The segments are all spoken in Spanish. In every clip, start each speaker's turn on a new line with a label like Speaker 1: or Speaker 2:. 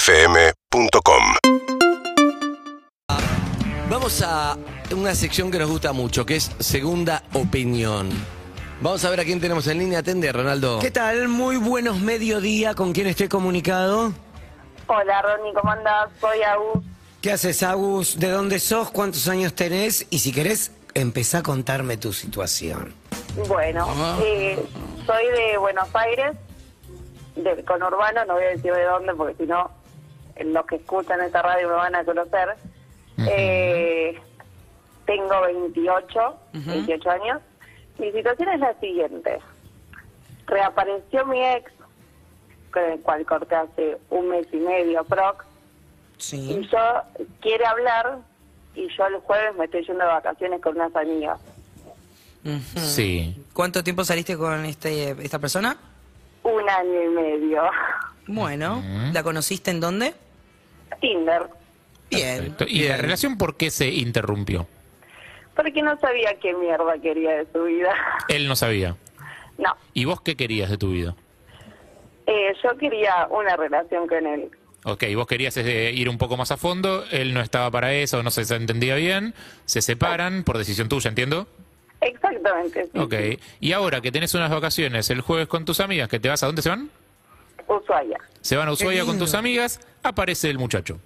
Speaker 1: UrbanaPlayFM.com
Speaker 2: Vamos a una sección que nos gusta mucho, que es segunda opinión. Vamos a ver a quién tenemos en línea. Atende, Ronaldo.
Speaker 3: ¿Qué tal? Muy buenos mediodía. ¿Con quién estoy comunicado?
Speaker 4: Hola Ronnie, ¿cómo andás? Soy Agus.
Speaker 3: ¿Qué haces, Agus? ¿De dónde sos? ¿Cuántos años tenés? Y si querés, empezá a contarme tu situación.
Speaker 4: Bueno, eh, soy de Buenos Aires, del conurbano, no voy a decir de dónde porque si no eh, los que escuchan esta radio me van a conocer. Eh, tengo 28, 28 años. Mi situación es la siguiente. Reapareció mi ex, con el cual corté hace un mes y medio, prox. y
Speaker 3: Sí.
Speaker 4: yo quiere hablar y yo el jueves me estoy yendo de vacaciones con unas amigas.
Speaker 2: Sí.
Speaker 5: ¿Cuánto tiempo saliste con este, esta persona?
Speaker 4: Un año y medio.
Speaker 5: Bueno, ¿la conociste en dónde?
Speaker 4: Tinder.
Speaker 5: Bien.
Speaker 6: Perfecto. ¿Y la relación por qué se interrumpió?
Speaker 4: Porque no sabía qué mierda quería de su vida.
Speaker 6: Él no sabía.
Speaker 4: No.
Speaker 6: ¿Y vos qué querías de tu vida?
Speaker 4: Eh, yo quería una relación con él.
Speaker 6: Ok, vos querías eh, ir un poco más a fondo, él no estaba para eso, no se entendía bien, se separan por decisión tuya, ¿entiendo?
Speaker 4: Exactamente. sí.
Speaker 6: Ok, y ahora que tenés unas vacaciones el jueves con tus amigas, que te vas a dónde se van?
Speaker 4: Ushuaia.
Speaker 6: Se van a Ushuaia con
Speaker 3: lindo.
Speaker 6: tus amigas, aparece el muchacho.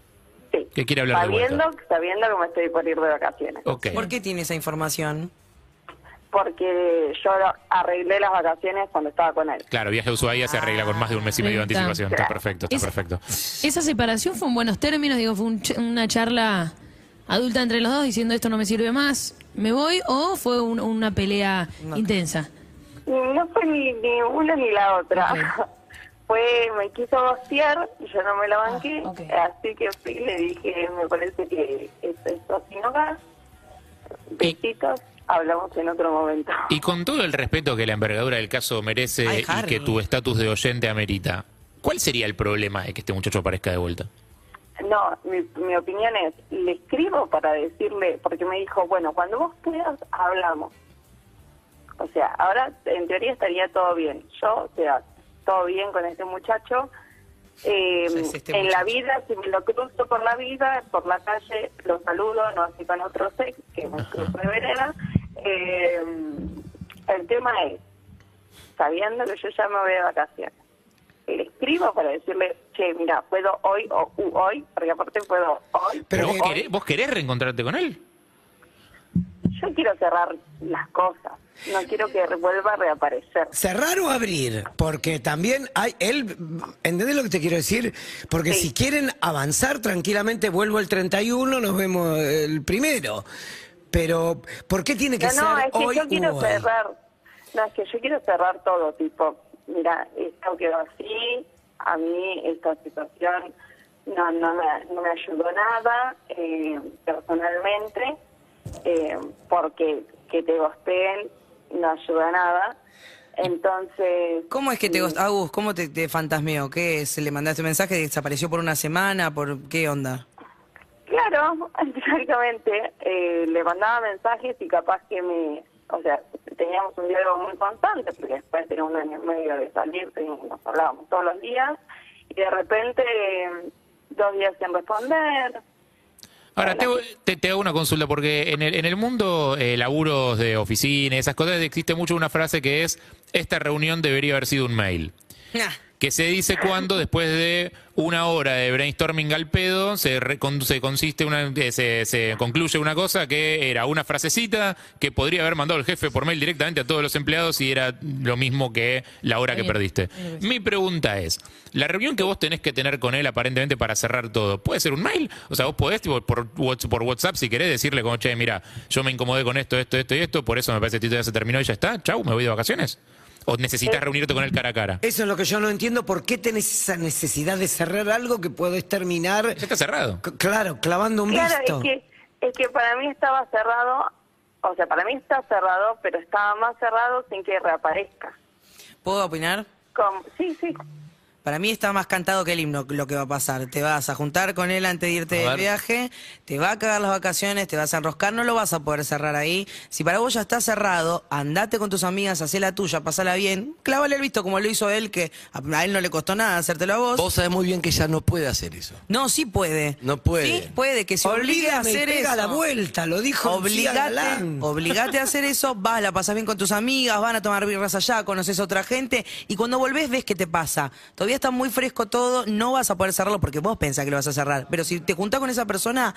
Speaker 4: Sí.
Speaker 6: ¿Qué quiere hablar de
Speaker 4: sabiendo, sabiendo que me estoy por ir de vacaciones.
Speaker 6: Ok,
Speaker 5: ¿Por qué tiene esa información?
Speaker 4: Porque yo arreglé las vacaciones cuando estaba con él.
Speaker 6: claro, viaje a Ushuaia se arregla con más de un mes y
Speaker 5: Ah,
Speaker 6: medio de
Speaker 7: Está.
Speaker 6: anticipación, está perfecto, está
Speaker 7: Es-
Speaker 6: perfecto.
Speaker 7: Esa separación fue en buenos términos, digo, fue un ch- una charla adulta entre los dos diciendo esto no me sirve más, me voy, o fue un- una pelea intensa.
Speaker 4: No fue ni, ni una ni la otra. Fue, me quiso gostear, yo no me la banqué,
Speaker 7: Ah, ok.
Speaker 4: así que fui y le dije, me parece que esto es así nomás. Besitos, hablamos en otro momento.
Speaker 6: Y con todo el respeto que la envergadura del caso merece
Speaker 5: Ay,
Speaker 6: y
Speaker 5: Harry.
Speaker 6: que tu estatus de oyente amerita, ¿cuál sería el problema de que este muchacho aparezca de vuelta?
Speaker 4: No, mi, mi opinión es, le escribo para decirle, porque me dijo, bueno, cuando vos puedas, hablamos. O sea, ahora en teoría estaría todo bien. Yo, o sea, todo bien con este muchacho. Eh,
Speaker 5: O sea, es este
Speaker 4: en la
Speaker 5: muchacho.
Speaker 4: vida, si me lo cruzo por la vida, por la calle, lo saludo, no así con otro sex, que me cruzo de vereda. Eh, el tema es, sabiendo que yo ya me voy de vacaciones. Le escribo para decirle, che, mira, puedo hoy o u hoy, porque aparte puedo hoy.
Speaker 3: Pero
Speaker 6: Pero
Speaker 4: o
Speaker 6: vos,
Speaker 3: que-
Speaker 4: hoy.
Speaker 6: querés, vos querés reencontrarte con él.
Speaker 4: Yo quiero cerrar las cosas, no quiero que vuelva a reaparecer.
Speaker 3: Cerrar o abrir, porque también hay él, ¿entendés lo que te quiero decir? Porque
Speaker 4: Sí.
Speaker 3: si quieren avanzar tranquilamente, vuelvo el 31, nos vemos el primero. Pero, ¿por qué tiene que
Speaker 4: No,
Speaker 3: ser
Speaker 4: no, es que
Speaker 3: hoy
Speaker 4: yo quiero
Speaker 3: u hoy?
Speaker 4: cerrar. No, es que yo quiero cerrar todo, tipo, mira, esto quedó así, a mí esta situación no, no, me, no me ayudó nada eh, personalmente, eh, porque que te gospeen no ayuda nada. Entonces...
Speaker 5: ¿Cómo es que te
Speaker 4: mm,
Speaker 5: gust- Agus, cómo te, te fantasmeó? ¿Qué es? ¿Le mandaste un mensaje? ¿Desapareció por una semana? ¿Por qué onda?
Speaker 4: Claro, exactamente. Eh, le mandaba mensajes y capaz que me... O sea, teníamos un diálogo muy constante, porque después tenía un año y medio de salir, teníamos- nos hablábamos todos los días, y de repente eh, dos días sin responder.
Speaker 6: Ahora, te, hago- te- te hago una consulta, porque en el, en el mundo eh, laburos de oficina, esas cosas, existe mucho una frase que es, esta reunión debería haber sido un mail.
Speaker 5: Nah.
Speaker 6: Que se dice cuando después de una hora de brainstorming al pedo se, re- con- se consiste una, eh, se, se concluye una cosa que era una frasecita que podría haber mandado el jefe por mail directamente a todos los empleados y era lo mismo que la hora que
Speaker 7: Bien.
Speaker 6: perdiste. Mi pregunta es, la reunión que vos tenés que tener con él aparentemente para cerrar todo, ¿puede ser un mail? O sea, vos podés tipo, por, Whats- por WhatsApp si querés decirle como, che, mira, yo me incomodé con esto, esto, esto y esto, por eso me parece que esto ya se terminó y ya está, chau, me voy de vacaciones. ¿O necesitas reunirte con él cara a cara?
Speaker 3: Eso es lo que yo no entiendo. ¿Por qué tenés esa necesidad de cerrar algo que podés terminar,
Speaker 6: Ya está cerrado.
Speaker 3: c- claro, clavando un
Speaker 4: Claro,
Speaker 3: visto?
Speaker 4: es que, es que para mí estaba cerrado, o sea, para mí está cerrado, pero estaba más cerrado sin que reaparezca.
Speaker 5: ¿Puedo opinar?
Speaker 4: Como, sí, sí.
Speaker 5: Para mí está más cantado que el himno lo que va a pasar. Te vas a juntar con él antes de irte
Speaker 6: A
Speaker 5: de
Speaker 6: ver.
Speaker 5: viaje, te va a cagar las vacaciones, te vas a enroscar, no lo vas a poder cerrar ahí. Si para vos ya está cerrado, andate con tus amigas, hacé la tuya, pasala bien, clávale el visto como lo hizo él, que a a él no le costó nada hacértelo a vos.
Speaker 2: Vos sabés muy bien que ella no puede hacer eso.
Speaker 5: No, sí puede.
Speaker 2: No puede.
Speaker 5: Sí puede, que se obligue a
Speaker 3: Olvídame y
Speaker 5: hacer
Speaker 3: pega
Speaker 5: eso.
Speaker 3: la vuelta, lo dijo Lucía
Speaker 5: Obligate,
Speaker 3: Galán.
Speaker 5: obligate a hacer eso, vas, la pasás bien con tus amigas, van a tomar birras allá, conoces a otra gente y cuando volvés ves qué te pasa. Todavía está muy fresco todo, no vas a poder cerrarlo porque vos pensás que lo vas a cerrar. Pero si te juntás con esa persona,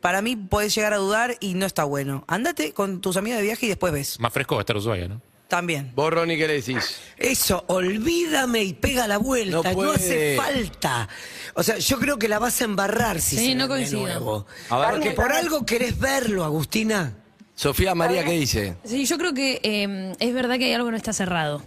Speaker 5: para mí podés llegar a dudar y no está bueno. Andate con tus amigos de viaje y después ves.
Speaker 6: Más fresco va a estar Ushuaia, ¿no?
Speaker 5: También.
Speaker 2: Vos, Ronnie, ¿qué le decís?
Speaker 3: Eso, olvídame y pega la vuelta,
Speaker 2: No
Speaker 3: no,
Speaker 2: puede.
Speaker 3: hace falta. O sea, yo creo que la vas a embarrar si
Speaker 7: Sí,
Speaker 3: se
Speaker 7: no
Speaker 3: ven de
Speaker 7: coincido.
Speaker 3: nuevo.
Speaker 2: A ver,
Speaker 3: Porque
Speaker 2: ¿qué-
Speaker 3: por algo querés verlo, Agustina.
Speaker 2: Sofía María, ¿qué dice?
Speaker 7: Sí, yo creo que eh, es verdad que hay algo que no está cerrado.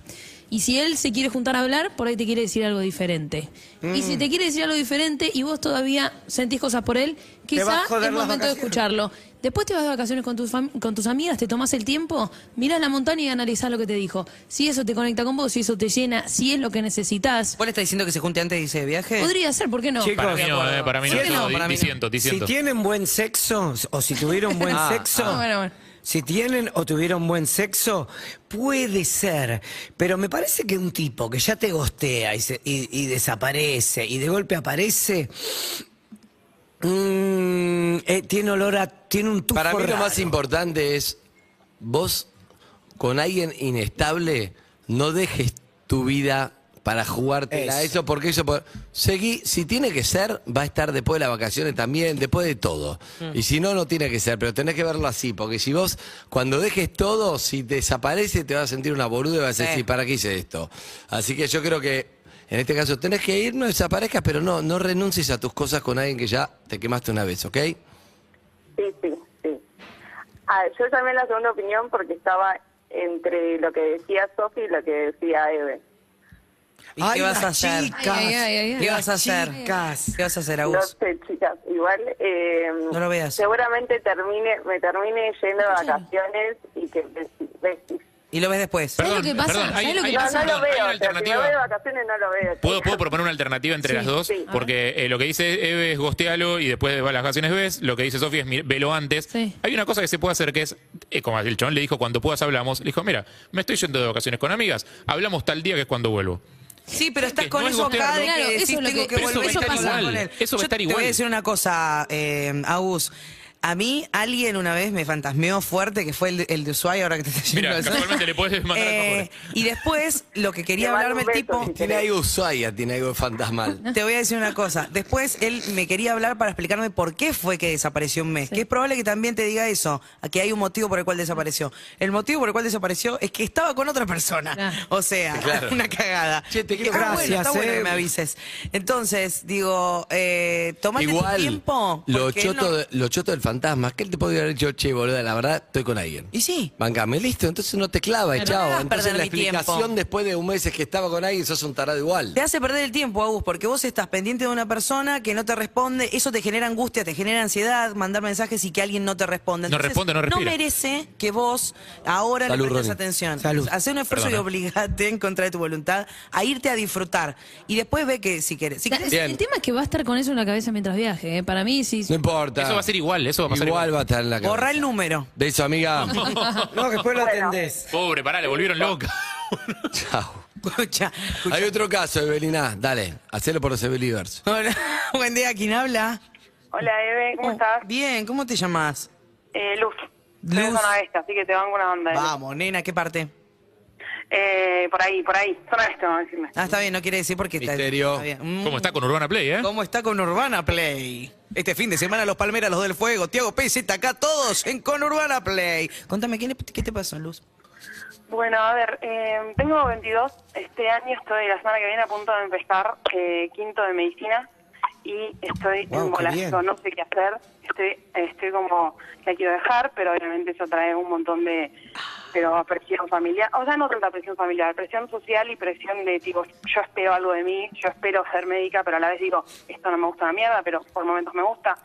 Speaker 7: Y si él se quiere juntar a hablar, por ahí te quiere decir algo diferente. Y
Speaker 3: Mm.
Speaker 7: si te quiere decir algo diferente y vos todavía sentís cosas por él,
Speaker 3: va
Speaker 7: quizá
Speaker 3: a
Speaker 7: es
Speaker 3: joder
Speaker 7: momento
Speaker 3: las
Speaker 7: de
Speaker 3: vacaciones.
Speaker 7: escucharlo. Después te vas de vacaciones con tus, fam- con tus amigas, te tomás el tiempo, mirás la montaña y analizás lo que te dijo. Si eso te conecta con vos, si eso te llena, si es lo que necesitas.
Speaker 5: ¿Vos le estás diciendo que se junte antes y dice de viaje?
Speaker 7: Podría ser, ¿por qué no?
Speaker 3: Chicos,
Speaker 6: Para mí no, eh, para mí no.
Speaker 5: Sí, no,
Speaker 6: di-
Speaker 5: para mí no.
Speaker 6: disiento, disiento.
Speaker 3: Si tienen buen sexo, o si tuvieron buen
Speaker 5: Ah,
Speaker 3: sexo,
Speaker 7: ah. Bueno, bueno.
Speaker 3: si tienen o tuvieron buen sexo, puede ser. Pero me parece que un tipo que ya te gostea y, se- y- y desaparece y de golpe aparece, mm, eh, tiene olor a. tiene un tufo
Speaker 2: Para mí lo
Speaker 3: raro.
Speaker 2: más importante es, vos con alguien inestable, no dejes tu vida para jugártela a
Speaker 3: Eso.
Speaker 2: eso, porque eso... po- Seguí, si tiene que ser, va a estar después de las vacaciones también, después de todo. Y si no, no tiene que ser, pero tenés que verlo así, porque si vos, cuando dejes todo, si desaparece, te vas a sentir una boluda y vas a decir,
Speaker 5: Sí.
Speaker 2: "Sí, ¿para qué hice esto? Así que yo creo que... En este caso, tenés que ir, no desaparezcas, pero no, no renuncies a tus cosas con alguien que ya te quemaste una vez, ¿ok?
Speaker 4: Sí, sí, sí. Ah, yo llamé la segunda opinión porque estaba entre lo que decía Sofi y lo que decía Eve.
Speaker 5: ¿Y
Speaker 3: Ay,
Speaker 5: qué vas a
Speaker 3: las
Speaker 5: hacer?
Speaker 3: chicas.
Speaker 7: Ay, ay, ay, ay.
Speaker 5: ¿Qué vas a hacer?
Speaker 3: Chicas.
Speaker 5: ¿Qué vas a hacer,
Speaker 4: No
Speaker 5: Agus?
Speaker 4: sé, chicas, igual eh,
Speaker 5: No lo veas.
Speaker 4: seguramente termine, me termine yendo de vacaciones y que...
Speaker 5: Y lo ves después.
Speaker 7: ¿Sabes lo que pasa?
Speaker 6: perdón,
Speaker 7: ¿Sabes lo que
Speaker 6: hay-
Speaker 4: No,
Speaker 6: hay-
Speaker 7: pasa?
Speaker 4: no lo veo,
Speaker 6: hay una
Speaker 4: o sea, si me
Speaker 6: alternativa.
Speaker 4: voy de vacaciones no lo veo.
Speaker 6: ¿Puedo,
Speaker 4: chicas.
Speaker 6: ¿Puedo proponer una alternativa entre
Speaker 7: Sí,
Speaker 6: las dos?
Speaker 4: sí.
Speaker 6: Porque eh, lo que dice Eve es gostealo y después de las vacaciones ves. Lo que dice Sofía es mi- velo antes.
Speaker 7: Sí.
Speaker 6: Hay una cosa que se puede hacer que es, eh, como el chabón le dijo, cuando puedas hablamos. Le dijo, mira, me estoy yendo de vacaciones con amigas. Hablamos tal día que es cuando vuelvo.
Speaker 5: Sí, pero estás
Speaker 6: Que
Speaker 5: con
Speaker 6: no es
Speaker 5: eso
Speaker 6: gotear,
Speaker 5: acá de
Speaker 6: ¿no?
Speaker 7: Claro,
Speaker 5: que decís,
Speaker 7: eso es lo
Speaker 5: tengo
Speaker 7: que-
Speaker 5: que
Speaker 6: Pero eso
Speaker 5: volver
Speaker 6: va a
Speaker 5: a
Speaker 6: estar
Speaker 5: pasar
Speaker 6: igual.
Speaker 5: con él.
Speaker 6: Eso va a
Speaker 5: Yo
Speaker 6: estar
Speaker 5: te
Speaker 6: igual.
Speaker 5: voy a decir una cosa, eh, Agus. A mí, alguien una vez me fantasmeó fuerte, que fue el de, el de Ushuaia, ahora que te estoy
Speaker 6: Mira,
Speaker 5: yendo.
Speaker 6: casualmente le podés mandar a
Speaker 5: Eh, Y después, lo que quería
Speaker 4: Te mando
Speaker 5: hablarme
Speaker 4: un
Speaker 5: el
Speaker 4: beso,
Speaker 5: tipo...
Speaker 4: si
Speaker 2: Tiene algo Ushuaia, tiene algo fantasmal.
Speaker 5: Te voy a decir una cosa. Después él me quería hablar para explicarme por qué fue que desapareció un mes. Que es probable que también te diga eso, a que hay un motivo por el cual desapareció. El motivo por el cual desapareció es que estaba con otra persona.
Speaker 7: Claro.
Speaker 5: O sea,
Speaker 2: Claro.
Speaker 5: una cagada.
Speaker 2: Che, te
Speaker 5: Dije,
Speaker 2: quiero-
Speaker 5: ah, bueno,
Speaker 3: Gracias,
Speaker 5: está bueno
Speaker 3: eh.
Speaker 5: que me avises. Entonces, digo, eh, tomate tu
Speaker 2: Igual,
Speaker 5: tiempo.
Speaker 2: lo
Speaker 5: porque él
Speaker 2: choto,
Speaker 5: no-
Speaker 2: de- lo choto del fantasma, que él te podría haber dicho, che, boludo, la verdad, estoy con alguien.
Speaker 5: Y sí.
Speaker 2: Bancame, listo, entonces no te clava,
Speaker 5: No me
Speaker 2: chao.
Speaker 5: hagas
Speaker 2: Entonces
Speaker 5: perder
Speaker 2: la
Speaker 5: mi tiempo.
Speaker 2: explicación después de un mes es que estaba con alguien, sos un tarado igual.
Speaker 5: Te hace perder el tiempo, Agus, porque vos estás pendiente de una persona que no te responde, eso te genera angustia, te genera ansiedad, mandar mensajes y que alguien no te responde.
Speaker 6: No responde, no respira.
Speaker 5: merece que vos ahora
Speaker 2: Salud,
Speaker 5: le prestes
Speaker 2: Ronnie.
Speaker 5: atención.
Speaker 3: Salud.
Speaker 5: Hacé un esfuerzo
Speaker 6: Perdona.
Speaker 5: y obligate en contra de tu voluntad a irte a disfrutar. Y después ve que si querés. Si
Speaker 7: La-
Speaker 5: querés-
Speaker 2: Bien.
Speaker 7: el tema es que va a estar con eso en la cabeza mientras viaje. ¿eh? Para mí, sí.
Speaker 2: No importa.
Speaker 6: Eso va a ser igual, eso va a pasar
Speaker 2: Igual va a estar en la cabeza.
Speaker 5: borra el número.
Speaker 2: De eso, amiga.
Speaker 3: No, después lo atendés.
Speaker 6: Pobre, pará, le volvieron loca.
Speaker 2: chao.
Speaker 5: Escucha, escucha.
Speaker 2: Hay otro caso, Evelina. Dale, hacelo por los Evelivers.
Speaker 5: Hola, Buen día, ¿quién habla?
Speaker 4: Hola Eve, ¿cómo estás?
Speaker 5: Bien, ¿cómo te llamas?
Speaker 4: Eh, Luz.
Speaker 5: Luz.
Speaker 4: Soy zona oeste, así que te van una onda. Eve.
Speaker 5: Vamos, nena, ¿qué parte?
Speaker 4: Eh, por ahí, por ahí. Zona oeste, vamos a decirme.
Speaker 5: Ah, está bien, no quiere decir porque está,
Speaker 2: Misterio.
Speaker 5: está bien. Mm.
Speaker 6: ¿Cómo está con Urbana Play, eh?
Speaker 5: ¿Cómo está con Urbana Play? Este fin de semana los Palmeras, los del Fuego, Tiago está acá todos en con Urbana Play. Contame, ¿qué, le- qué te pasó, Luz?
Speaker 4: Bueno, a ver, eh, tengo 22. Este año estoy, la semana que viene, a punto de empezar eh, quinto de medicina. Y estoy
Speaker 3: Guau,
Speaker 4: en
Speaker 3: qué
Speaker 4: bolazo,
Speaker 3: bien.
Speaker 4: no sé qué hacer. Estoy, estoy como, la quiero dejar, pero obviamente eso trae un montón de pero presión familiar. O sea, no tanta presión familiar, presión social y presión de tipo, yo espero algo de mí, yo espero ser médica, pero a la vez digo, esto no me gusta la mierda, pero por momentos me gusta.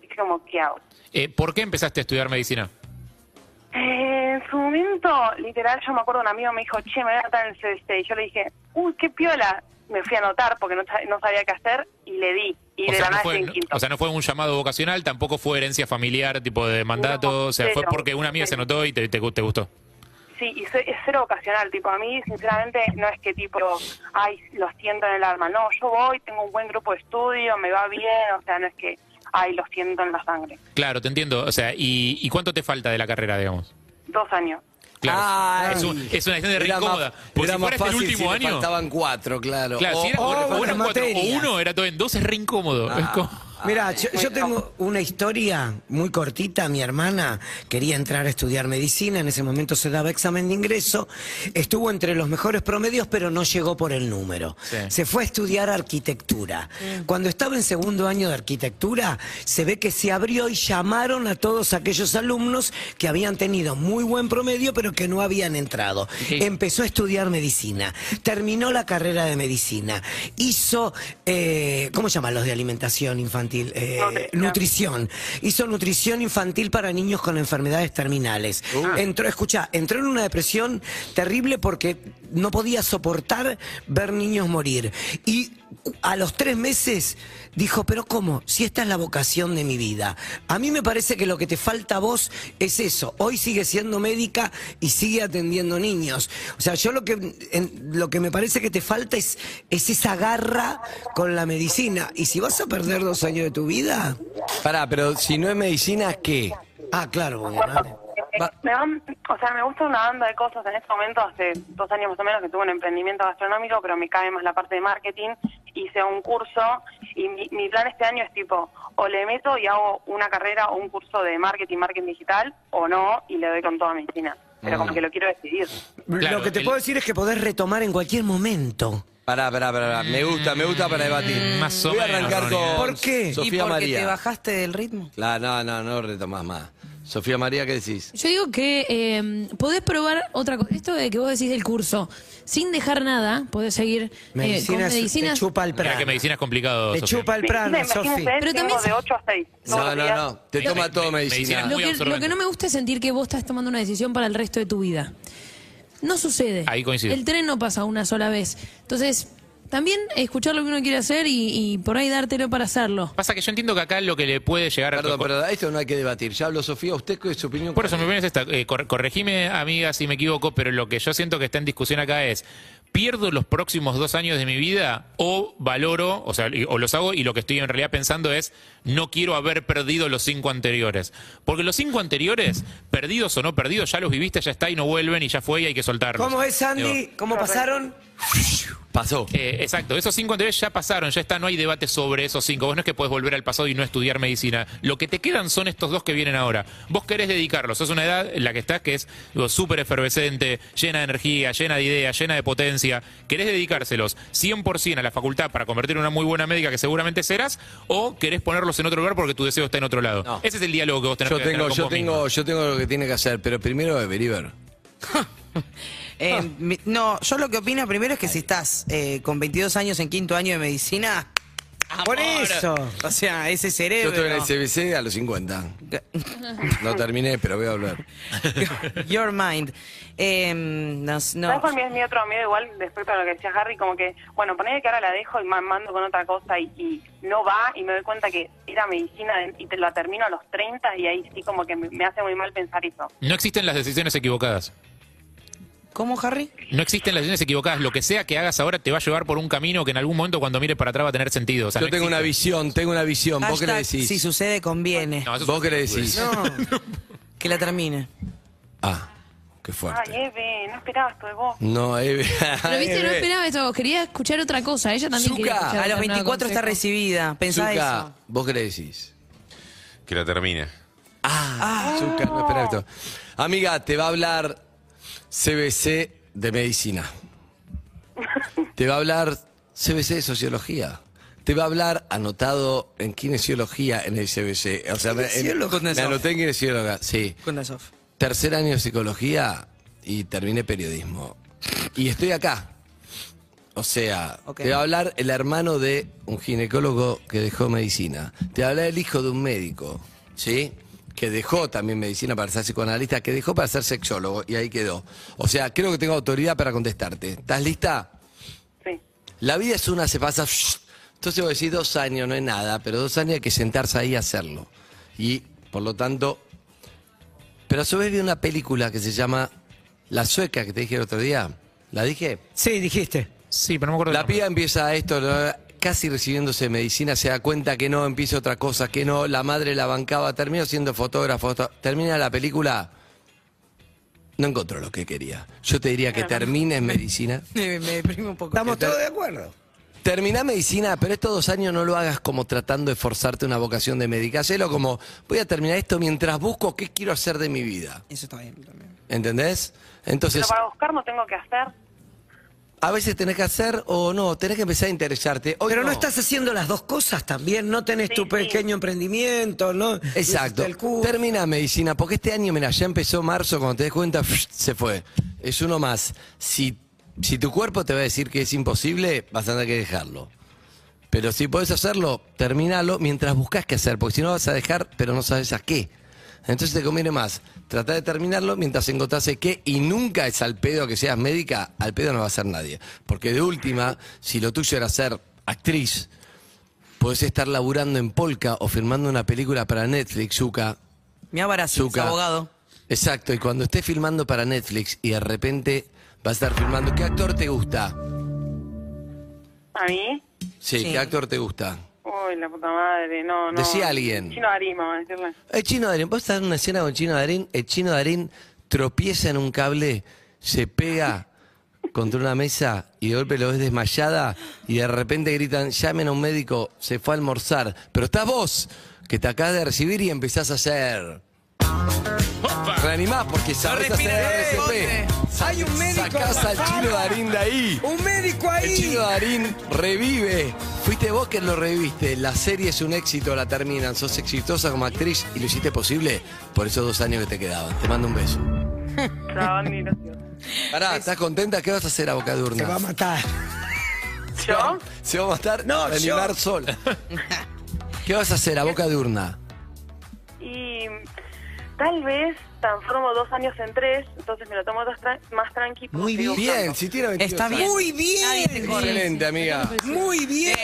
Speaker 4: Es como, ¿qué hago?
Speaker 6: Eh, ¿Por qué empezaste a estudiar medicina?
Speaker 4: Eh, en su momento, literal, yo me acuerdo un amigo me dijo, che, me voy a matar en el CDC. Y yo le dije, uy, qué piola. me fui a anotar porque no, sa- no sabía qué hacer y le di. Y
Speaker 6: O
Speaker 4: de
Speaker 6: sea,
Speaker 4: la
Speaker 6: no
Speaker 4: nada
Speaker 6: fue,
Speaker 4: estoy en
Speaker 6: no-
Speaker 4: quinto.
Speaker 6: o sea, no fue un llamado vocacional, tampoco fue herencia familiar, tipo de mandato.
Speaker 4: No,
Speaker 6: o sea, fue
Speaker 4: cero,
Speaker 6: porque una amiga se
Speaker 4: cero.
Speaker 6: notó y te, te gu- te gustó.
Speaker 4: Sí, y soy- es cero ocasional, tipo, a mí sinceramente no es que tipo, ay, lo siento en el alma, no, yo voy, tengo un buen grupo de estudio, me va bien, o sea, no es que, ay, lo siento en la sangre.
Speaker 6: Claro, te entiendo. O sea, ¿y, y cuánto te falta de la carrera, digamos?
Speaker 4: Dos años.
Speaker 6: Claro.
Speaker 2: Ay.
Speaker 6: es, un- es una escena de re
Speaker 2: Era más-
Speaker 6: incómoda. Porque
Speaker 2: era más
Speaker 6: si fuera este el
Speaker 2: fácil
Speaker 6: último
Speaker 2: si le
Speaker 6: año.
Speaker 2: faltaban cuatro, claro.
Speaker 6: Claro,
Speaker 2: O-
Speaker 6: si era
Speaker 2: o- Ah.
Speaker 6: o- o
Speaker 3: buenas
Speaker 6: eran cuatro, o
Speaker 3: materias.
Speaker 6: uno era todo en dos, es re incómodo. Es como-
Speaker 3: Mira, yo, yo tengo una historia muy cortita. Mi hermana quería entrar a estudiar medicina, en ese momento se daba examen de ingreso, estuvo entre los mejores promedios, pero no llegó por el número.
Speaker 6: Sí.
Speaker 3: Se fue a estudiar arquitectura. Cuando estaba en segundo año de arquitectura, se ve que se abrió y llamaron a todos aquellos alumnos que habían tenido muy buen promedio, pero que no habían entrado.
Speaker 6: qué
Speaker 3: En empezó a estudiar medicina, terminó la carrera de medicina, hizo, eh, ¿cómo se llaman los de alimentación infantil? Eh,
Speaker 4: Nutrición.
Speaker 3: nutrición. Hizo nutrición infantil para niños con enfermedades terminales. Entró, escucha, entró en una depresión terrible porque no podía soportar ver niños morir. Y a los tres meses dijo, pero ¿cómo? Si esta es la vocación de mi vida. A mí me parece que lo que te falta a vos es eso. Hoy sigue siendo médica y sigue atendiendo niños. O sea, yo lo que, en- lo que me parece que te falta es, es esa garra con la medicina. Y si vas a perder dos años de tu vida...
Speaker 2: Pará, pero si no es medicina, ¿qué?
Speaker 3: Ah, claro, bueno, dale.
Speaker 4: Eh,
Speaker 2: Va-
Speaker 4: me van- o sea, me gusta una banda de cosas. En este momento, hace dos años más o menos que tuve un emprendimiento gastronómico, pero me cae más la parte de marketing. Hice un curso y mi, mi plan este año es tipo, o le meto y hago una carrera o un curso de marketing, marketing digital, o no, y le doy con toda medicina. Pero
Speaker 2: Mm.
Speaker 4: como que lo quiero decidir.
Speaker 6: Claro,
Speaker 3: lo que te
Speaker 6: el-
Speaker 3: puedo decir es que podés retomar en cualquier momento.
Speaker 2: Pará, pará, pará, pará. Me gusta, me gusta para debatir.
Speaker 6: Mm, más o
Speaker 2: Voy a
Speaker 6: menos,
Speaker 2: arrancar
Speaker 6: Ronnie.
Speaker 2: con
Speaker 3: ¿Por qué?
Speaker 5: y
Speaker 2: Eh, Sofía
Speaker 5: porque te
Speaker 2: María.
Speaker 5: bajaste del ritmo.
Speaker 2: La, no, no, no retomás más. Sofía María, ¿qué decís?
Speaker 7: Yo digo que eh, podés probar otra cosa. Esto de que vos decís del curso, sin dejar nada, podés seguir eh,
Speaker 3: Medicina
Speaker 7: con medicinas.
Speaker 3: chupa el
Speaker 6: Mirá
Speaker 3: prano.
Speaker 6: que medicina es complicado.
Speaker 3: Te
Speaker 6: Sofía.
Speaker 3: chupa el prano,
Speaker 4: Medicina,
Speaker 3: Sofi.
Speaker 4: imagínense,
Speaker 7: Pero
Speaker 4: tengo
Speaker 7: también-
Speaker 4: de 8 a 6. todos
Speaker 2: No,
Speaker 4: los
Speaker 2: no,
Speaker 4: días.
Speaker 2: no. Te
Speaker 6: Me-
Speaker 2: toma
Speaker 6: me-
Speaker 2: todo
Speaker 6: me-
Speaker 2: medicina.
Speaker 6: medicina
Speaker 7: Lo
Speaker 6: muy
Speaker 7: que,
Speaker 6: absorbente.
Speaker 7: lo que no me gusta es sentir que vos estás tomando una decisión para el resto de tu vida. No sucede.
Speaker 6: Ahí coincido.
Speaker 7: El tren no pasa una sola vez. Entonces, también escuchar lo que uno quiere hacer y, y por ahí dártelo para hacerlo.
Speaker 6: Pasa que yo entiendo que acá lo que le puede llegar a...
Speaker 2: Perdón, pero esto no hay que debatir. Ya habló Sofía, ¿usted qué es su opinión?
Speaker 6: Por eso mi opinión es esta. Eh, cor- corregime, amiga, si me equivoco, pero lo que yo siento que está en discusión acá es, ¿pierdo los próximos dos años de mi vida o valoro, o sea, y- o los hago y lo que estoy en realidad pensando es, no quiero haber perdido los cinco anteriores? Porque los cinco anteriores, perdidos o no perdidos, ya los viviste, ya está y no vuelven y ya fue y hay que soltarlos.
Speaker 3: ¿Cómo es, Andy?
Speaker 6: Digo,
Speaker 3: ¿Cómo pasaron?
Speaker 2: Pasó.
Speaker 6: eh, exacto, esos cinco anteriores ya pasaron, ya está, no hay debate sobre esos cinco. Vos no es que podés volver al pasado y no estudiar medicina. Lo que te quedan son estos dos que vienen ahora. Vos querés dedicarlos, sos una edad en la que estás que es digo, súper efervescente, llena de energía, llena de ideas, llena de potencia. ¿Querés dedicárselos 100% a la facultad para convertir en una muy buena médica que seguramente serás? ¿O querés ponerlos en otro lugar porque tu deseo está en otro lado?
Speaker 2: No.
Speaker 6: Ese es el diálogo que vos tenés
Speaker 2: Yo
Speaker 6: que tener
Speaker 2: tengo,
Speaker 6: con
Speaker 2: yo
Speaker 6: vos mismo.
Speaker 2: tengo, yo tengo lo que tiene que hacer, pero primero Beriber.
Speaker 5: Eh,
Speaker 2: Ah.
Speaker 5: mi- no, yo lo que opino primero es que si estás eh, con 22 años en quinto año de medicina,
Speaker 3: Por eso.
Speaker 5: o sea, ese
Speaker 2: Ah, Yo
Speaker 5: cerebro.
Speaker 2: estuve en el CBC a los 50. No terminé, pero voy a volver.
Speaker 5: Your mind. Eh, no,
Speaker 4: ¿Sabes
Speaker 5: no.
Speaker 4: cuál es mi otro miedo? Igual, después para lo que decía Harry, como que, bueno, ponele que ahora la dejo y ma- mando con otra cosa y, y no va y me doy cuenta que era medicina de- y te la termino a los 30 y ahí sí como que me, me hace muy mal pensar eso.
Speaker 6: No existen las decisiones equivocadas.
Speaker 5: ¿Cómo, Harry?
Speaker 6: No existen las decisiones equivocadas. Lo que sea que hagas ahora te va a llevar por un camino que en algún momento cuando mires para atrás va a tener sentido. O sea,
Speaker 2: Yo
Speaker 6: no
Speaker 2: tengo una
Speaker 6: existe.
Speaker 2: visión, tengo una visión. ¿Vos qué le
Speaker 5: Hashtag,
Speaker 2: decís?
Speaker 5: Si sucede, conviene.
Speaker 6: No, eso es
Speaker 2: ¿Vos
Speaker 6: una
Speaker 2: qué le
Speaker 6: pelotudez.
Speaker 2: decís?
Speaker 5: No. que la termine.
Speaker 2: Ah, qué fuerte.
Speaker 4: Ay, eh. Eve, no esperaba esto de vos.
Speaker 2: No, Eve.
Speaker 7: Pero viste, no
Speaker 2: Eve.
Speaker 7: esperaba esto. Quería escuchar otra cosa. Ella también quería
Speaker 2: Zucca.
Speaker 7: escuchar
Speaker 5: A los
Speaker 7: otro nuevo
Speaker 5: 24 está
Speaker 7: consejo.
Speaker 5: recibida. Pensá
Speaker 2: Zucca,
Speaker 5: eso.
Speaker 2: ¿vos qué le decís?
Speaker 8: Que la termine.
Speaker 2: Ah, Zucca, no esperaba esto. Amiga, te va a hablar CBC de medicina. Te va a hablar CBC de sociología. Te va a hablar anotado en kinesiología en el CBC. O sea, me, en-
Speaker 5: Kinesiólogo,
Speaker 2: me
Speaker 5: Nasof.
Speaker 2: anoté en kinesióloga, sí.
Speaker 5: Con la Sof.
Speaker 2: Tercer año de psicología y terminé periodismo. Y estoy acá. O sea,
Speaker 5: Ok.
Speaker 2: te va a hablar el hermano de un ginecólogo que dejó medicina. Te va a hablar el hijo de un médico, ¿sí? Que dejó también medicina para ser psicoanalista, que dejó para ser sexólogo y ahí quedó. O sea, creo que tengo autoridad para contestarte. ¿Estás lista?
Speaker 4: Sí.
Speaker 2: La vida es una, se pasa. Entonces vos decís dos años, no es nada, pero dos años hay que sentarse ahí a hacerlo. Y por lo tanto. Pero a su vez vi una película que se llama La Sueca, que te dije el otro día. ¿La dije?
Speaker 3: Sí, dijiste.
Speaker 6: Sí, pero no me acuerdo.
Speaker 2: La
Speaker 6: del nombre.
Speaker 2: piba empieza esto, lo- casi recibiéndose de medicina, se da cuenta que no, empieza otra cosa, que no, la madre la bancaba, termina siendo fotógrafo, to- termina la película, no encontró lo que quería. Yo te diría que termine en medicina.
Speaker 5: Me, me deprime un poco.
Speaker 3: Estamos todos de acuerdo.
Speaker 2: Terminá medicina, pero estos dos años no lo hagas como tratando de forzarte una vocación de médica. Hacelo como, voy a terminar esto mientras busco qué quiero hacer de mi vida.
Speaker 5: Eso está bien también.
Speaker 2: ¿Entendés? Entonces...
Speaker 4: Pero para buscar no tengo que hacer.
Speaker 2: A veces tenés que hacer o no, tenés que empezar a interesarte. Hoy
Speaker 3: Pero no.
Speaker 2: no
Speaker 3: estás haciendo las dos cosas también, no tenés
Speaker 4: Sí,
Speaker 3: tu
Speaker 4: sí.
Speaker 3: pequeño emprendimiento, ¿no?
Speaker 2: Exacto.
Speaker 3: Hiciste el curso.
Speaker 2: Termina medicina, porque este año, mira, ya empezó marzo, cuando te des cuenta, se fue. Es uno más. Si, si tu cuerpo te va a decir que es imposible, vas a tener que dejarlo. Pero si podés hacerlo, terminalo mientras buscas qué hacer, porque si no vas a dejar, pero no sabes a qué. Entonces te conviene más tratar de terminarlo mientras encontrás el qué y nunca es al pedo que seas médica, al pedo no va a ser nadie. Porque de última, si lo tuyo era ser actriz, Podés estar laburando en Polka o firmando una película para Netflix, Zuka.
Speaker 5: Mi abarazo, es
Speaker 2: Zuka.
Speaker 5: abogado.
Speaker 2: Exacto, y cuando estés filmando para Netflix y de repente vas a estar filmando, ¿qué actor te gusta?
Speaker 4: ¿A mí?
Speaker 2: Sí,
Speaker 5: Sí.
Speaker 2: ¿qué actor te gusta?
Speaker 4: Uy, la puta madre, no, no.
Speaker 2: Decí a alguien.
Speaker 4: Chino Darín, vamos a decirle.
Speaker 2: El Eh, chino Darín, vos estás en una escena con chino Darín, el chino Darín tropieza en un cable, se pega contra una mesa y de golpe lo ves desmayada y de repente gritan, llamen a un médico, se fue a almorzar, pero estás vos que te acabas de recibir y empezás a hacer... Reanimás porque sabes
Speaker 3: respira,
Speaker 2: hacer
Speaker 3: responde.
Speaker 2: RCP.
Speaker 3: Hay un médico
Speaker 2: Sacás al
Speaker 3: afuera.
Speaker 2: chino Darín de ahí.
Speaker 3: Un médico
Speaker 2: El
Speaker 3: ahí.
Speaker 2: chino Darín revive. Fuiste vos que lo reviviste. La serie es un éxito, la terminan. Sos exitosa como actriz y lo hiciste posible por esos dos años que te quedaban. Te mando un beso.
Speaker 4: Chabón, ni lo siento.
Speaker 2: Pará, ¿estás contenta? ¿Qué vas a hacer a boca de urna?
Speaker 3: Se va a matar.
Speaker 4: ¿Yo?
Speaker 2: Se va a matar
Speaker 3: No,
Speaker 2: a animar
Speaker 3: yo.
Speaker 2: sol. ¿Qué vas a hacer a boca de urna?
Speaker 4: Y tal vez transformo dos años en tres, entonces me lo tomo dos tra- más tranqui. porque
Speaker 3: Muy
Speaker 4: sigo
Speaker 2: Bien,
Speaker 4: buscando.
Speaker 2: si tiene 22
Speaker 5: Está bien.
Speaker 3: Muy
Speaker 5: Nadie te
Speaker 3: bien.
Speaker 5: corre.
Speaker 2: Excelente, amiga.
Speaker 3: Muy bien.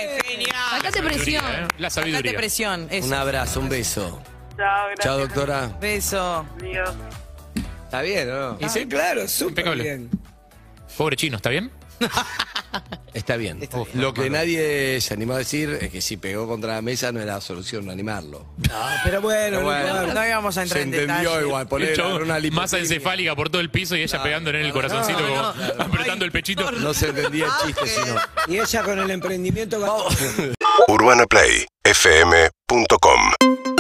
Speaker 7: Sacate presión.
Speaker 6: Sabiduría, ¿eh? La
Speaker 5: Sacate
Speaker 6: sabiduría.
Speaker 5: presión. Eso.
Speaker 2: Un abrazo, un beso.
Speaker 4: Chao, gracias.
Speaker 2: Chao, doctora.
Speaker 5: Beso.
Speaker 4: Adiós.
Speaker 2: ¿Está bien o no?
Speaker 6: Y sí,
Speaker 3: Ah, Claro, súper
Speaker 6: Impecable.
Speaker 3: bien.
Speaker 6: Pobre chino, ¿está bien?
Speaker 2: Está bien.
Speaker 6: Uf,
Speaker 2: Lo que
Speaker 6: hermano.
Speaker 2: nadie se animó a decir es que si pegó contra la mesa no era la solución no animarlo.
Speaker 3: Pero bueno,
Speaker 2: Pero bueno.
Speaker 3: no importa.
Speaker 5: No íbamos a
Speaker 2: Se
Speaker 5: entrar en
Speaker 2: entendió
Speaker 5: detalle.
Speaker 2: igual, poner
Speaker 6: El chabón,
Speaker 2: una Ah,
Speaker 6: masa
Speaker 2: lipotimia.
Speaker 6: encefálica por todo el piso y ella pegándole en el corazoncito,
Speaker 5: no,
Speaker 6: como
Speaker 5: no, claro.
Speaker 6: apretando el pechito.
Speaker 2: No se entendía
Speaker 5: Ah,
Speaker 2: el chiste, sino.
Speaker 3: Y ella con el emprendimiento.
Speaker 2: Vamos.
Speaker 1: UrbanaPlayFM.com